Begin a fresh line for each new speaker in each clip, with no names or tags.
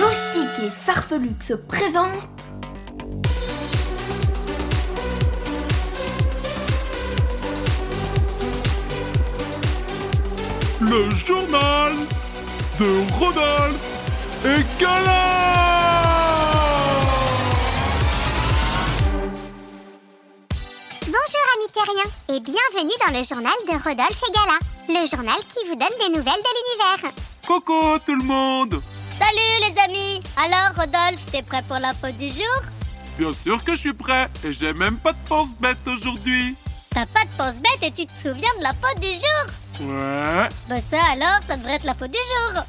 Loustic et Farfelux se présentent
Le journal de Rodolphe et Gala
Bonjour amis terriens et bienvenue dans le journal de Rodolphe et Gala, le journal qui vous donne des nouvelles de l'univers.
Coco tout le monde
Salut les amis Alors Rodolphe, t'es prêt pour l'info du jour
Bien sûr que je suis prêt et j'ai même pas de pense bête aujourd'hui.
T'as pas de pense bête et tu te souviens de la faute du jour
Ouais,
Bah ça alors, ça devrait être la faute du jour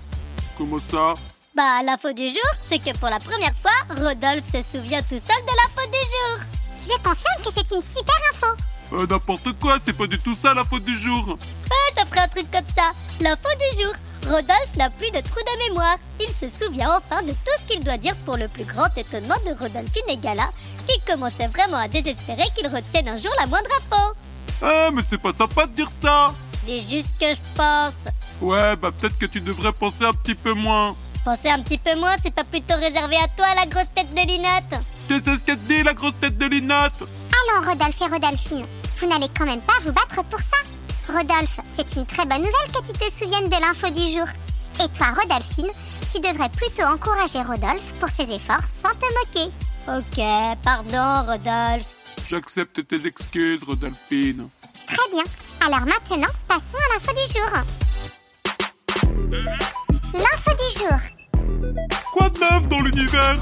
comment ça
Bah la faute du jour, c'est que pour la première fois, Rodolphe se souvient tout seul de la faute du jour J'ai confiance que c'est une super info
Euh, N'importe quoi, c'est pas du tout ça la faute du jour.
Ouais, Ah, ça ferait un truc comme ça L'info du jour Rodolphe n'a plus de trou de mémoire. Il se souvient enfin de tout ce qu'il doit dire pour le plus grand étonnement de Rodolphine et Gala, qui commençait vraiment à désespérer qu'il retienne un jour la moindre info.
Ah, mais c'est pas sympa de dire ça
C'est juste que je pense.
Ouais, bah peut-être que tu devrais penser un petit peu moins.
Penser un petit peu moins, c'est pas plutôt réservé à toi, la grosse tête de Linotte
Qu'est-ce que c'est qu'elle dit la grosse tête de Linotte
Allons, Rodolphe et Rodolphine, vous n'allez quand même pas vous battre pour ça. Rodolphe, c'est une très bonne nouvelle que tu te souviennes de l'info du jour. Et toi, Rodolphine, tu devrais plutôt encourager Rodolphe pour ses efforts sans te moquer. Ok, pardon, Rodolphe.
J'accepte tes excuses, Rodolphine.
Très bien. Alors maintenant, passons à l'info du jour. L'info du jour.
Quoi de neuf dans l'univers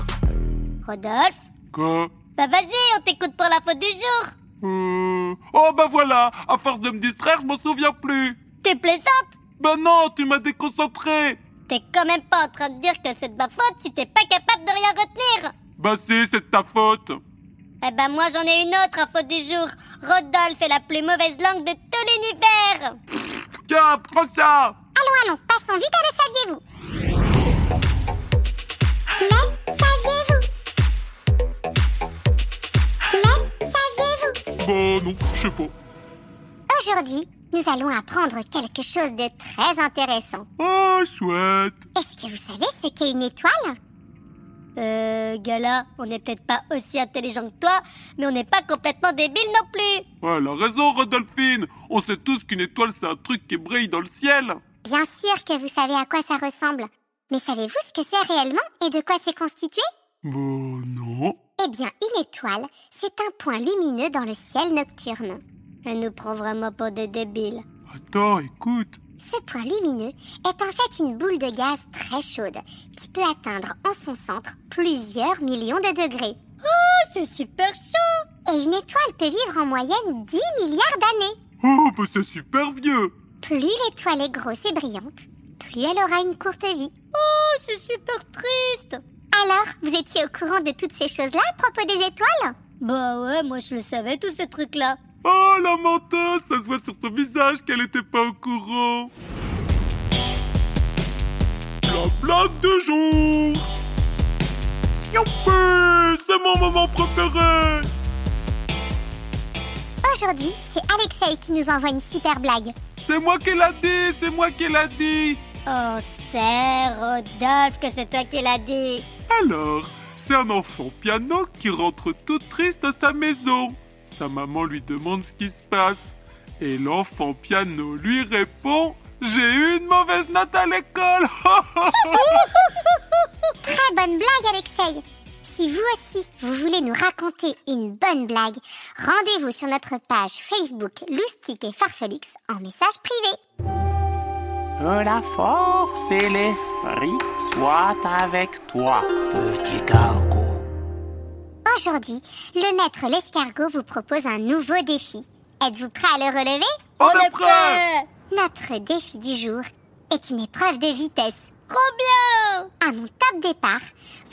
Rodolphe
Quoi
Bah vas-y, on t'écoute pour l'info du jour.
Euh... Oh bah voilà, à force de me distraire, je m'en souviens plus.
T'es plaisante
Ben non, tu m'as déconcentré.
T'es quand même pas en train de dire que c'est de ma faute si t'es pas capable de rien retenir
Bah si, c'est de ta faute.
Eh ben moi j'en ai une autre à faute du jour Rodolphe est la plus mauvaise langue de tout l'univers
Tiens, prends ça
Allons, allons, passons vite à le saviez-vous Le saviez-vous Le saviez-vous
Bah non, je sais pas.
Aujourd'hui, nous allons apprendre quelque chose de très intéressant.
Oh, chouette.
Est-ce que vous savez ce qu'est une étoile Euh, Gala, on n'est peut-être pas aussi intelligent que toi, mais on n'est pas complètement débile non plus.
Ouais, elle a raison, Rodolphine. On sait tous qu'une étoile, c'est un truc qui brille dans le ciel.
Bien sûr que vous savez à quoi ça ressemble. Mais savez-vous ce que c'est réellement et de quoi c'est constitué
Bah non.
Eh bien, une étoile, c'est un point lumineux dans le ciel nocturne. Elle nous prend vraiment pour des débiles.
Attends, écoute.
Ce point lumineux est en fait une boule de gaz très chaude qui peut atteindre en son centre plusieurs millions de degrés. Oh, c'est super chaud Et une étoile peut vivre en moyenne 10 milliards d'années.
Oh, bah c'est super vieux.
Plus l'étoile est grosse et brillante, plus elle aura une courte vie. Oh, c'est super triste Alors, vous étiez au courant de toutes ces choses-là à propos des étoiles Bah ouais, moi je le savais, tous ces trucs-là.
Oh, la menteuse, ça se voit sur son visage qu'elle était pas au courant. La blague du jour Youpi C'est mon moment préféré
Aujourd'hui, c'est Alexei qui nous envoie une super blague.
C'est moi qui l'a dit C'est moi qui l'a dit
Oh, c'est Rodolphe que c'est toi qui l'as dit.
Alors, c'est un enfant piano qui rentre tout triste à sa maison. Sa maman lui demande ce qui se passe. Et l'enfant piano lui répond J'ai eu une mauvaise note à l'école
Très bonne blague, Alexei Si vous aussi, vous voulez nous raconter une bonne blague, rendez-vous sur notre page Facebook Loustic et Farfelux en message privé.
Que la force et l'esprit soient avec toi, petit cargo.
Aujourd'hui, le maître Lescargot vous propose un nouveau défi. Êtes-vous prêt à le relever
On est prêt
Notre défi du jour est une épreuve de vitesse.
Trop bien
À mon top départ,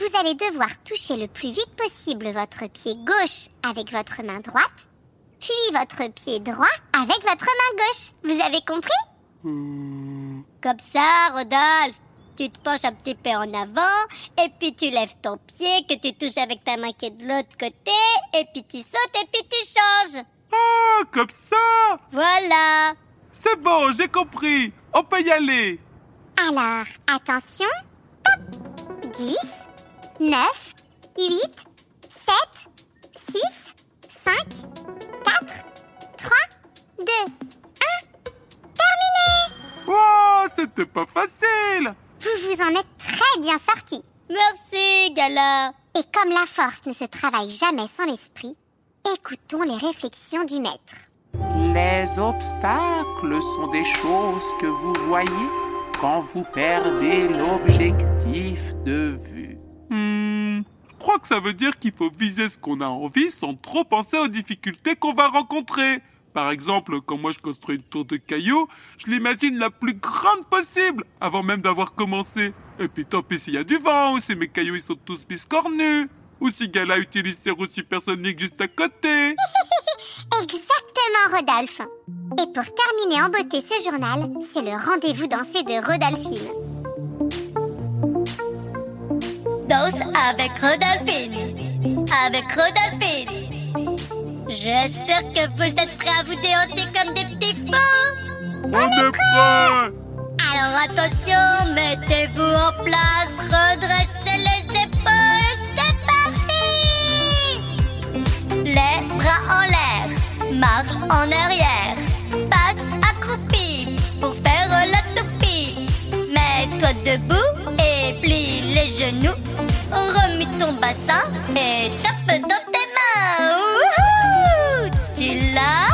vous allez devoir toucher le plus vite possible votre pied gauche avec votre main droite, puis votre pied droit avec votre main gauche. Vous avez compris
Comme ça, Rodolphe, tu te penches un petit peu en avant, et puis tu lèves ton pied que tu touches avec ta main qui est de l'autre côté, et puis tu sautes, et puis tu changes.
Ah, comme ça
Voilà.
C'est bon, j'ai compris. On peut y aller.
Alors, attention. Top 10, 9, 8, 7, 6, 5, 4, 3, 2, 1. Terminé
Oh, c'était pas facile.
Vous vous en êtes très bien sortis.
Merci, Gala.
Et comme la force ne se travaille jamais sans l'esprit, écoutons les réflexions du maître.
Les obstacles sont des choses que vous voyez quand vous perdez l'objectif de vue.
Hmm, je crois que ça veut dire qu'il faut viser ce qu'on a envie sans trop penser aux difficultés qu'on va rencontrer. Par exemple, quand moi je construis une tour de cailloux, je l'imagine la plus grande possible avant même d'avoir commencé. Et puis tant pis s'il y a du vent, ou si mes cailloux ils sont tous biscornus, ou si Gala utilise ses roues supersoniques juste à côté.
Exactement, Rodolphe. Et pour terminer en beauté ce journal, c'est le rendez-vous dansé de Rodolphine.
Danse avec Rodolphine. Avec Rodolphine. J'espère que vous êtes prêts à vous déhancher comme des petits fous.
On est prêt
Alors attention, mettez-vous en place, redressez les épaules, c'est parti Les bras en l'air, marche en arrière, passe accroupi pour faire la toupie. Mettre debout et plie les genoux, remue ton bassin et tape dans tes mains. Wouhou tu l'as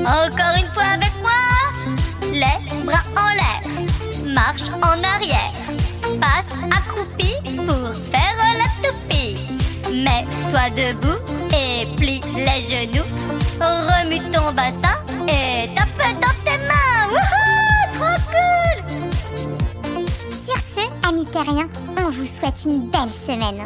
encore une fois avec moi. Les bras en l'air, marche en arrière, passe accroupi pour faire la toupie. Mets-toi debout et plie les genoux, remue ton bassin et tape dans tes mains. Wouhou, trop cool!
Sur ce, amis terriens, on vous souhaite une belle semaine.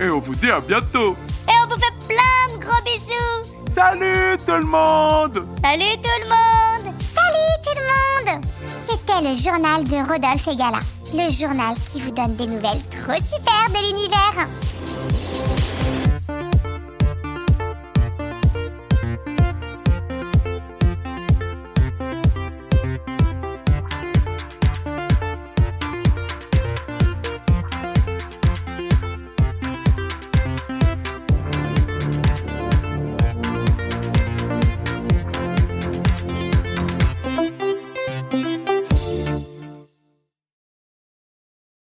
Et on vous dit à bientôt
Et on vous fait plein de gros bisous.
Salut tout le monde
Salut tout le monde!
Salut tout le monde C'était le journal de Rodolphe et Gala, le journal qui vous donne des nouvelles trop super de l'univers.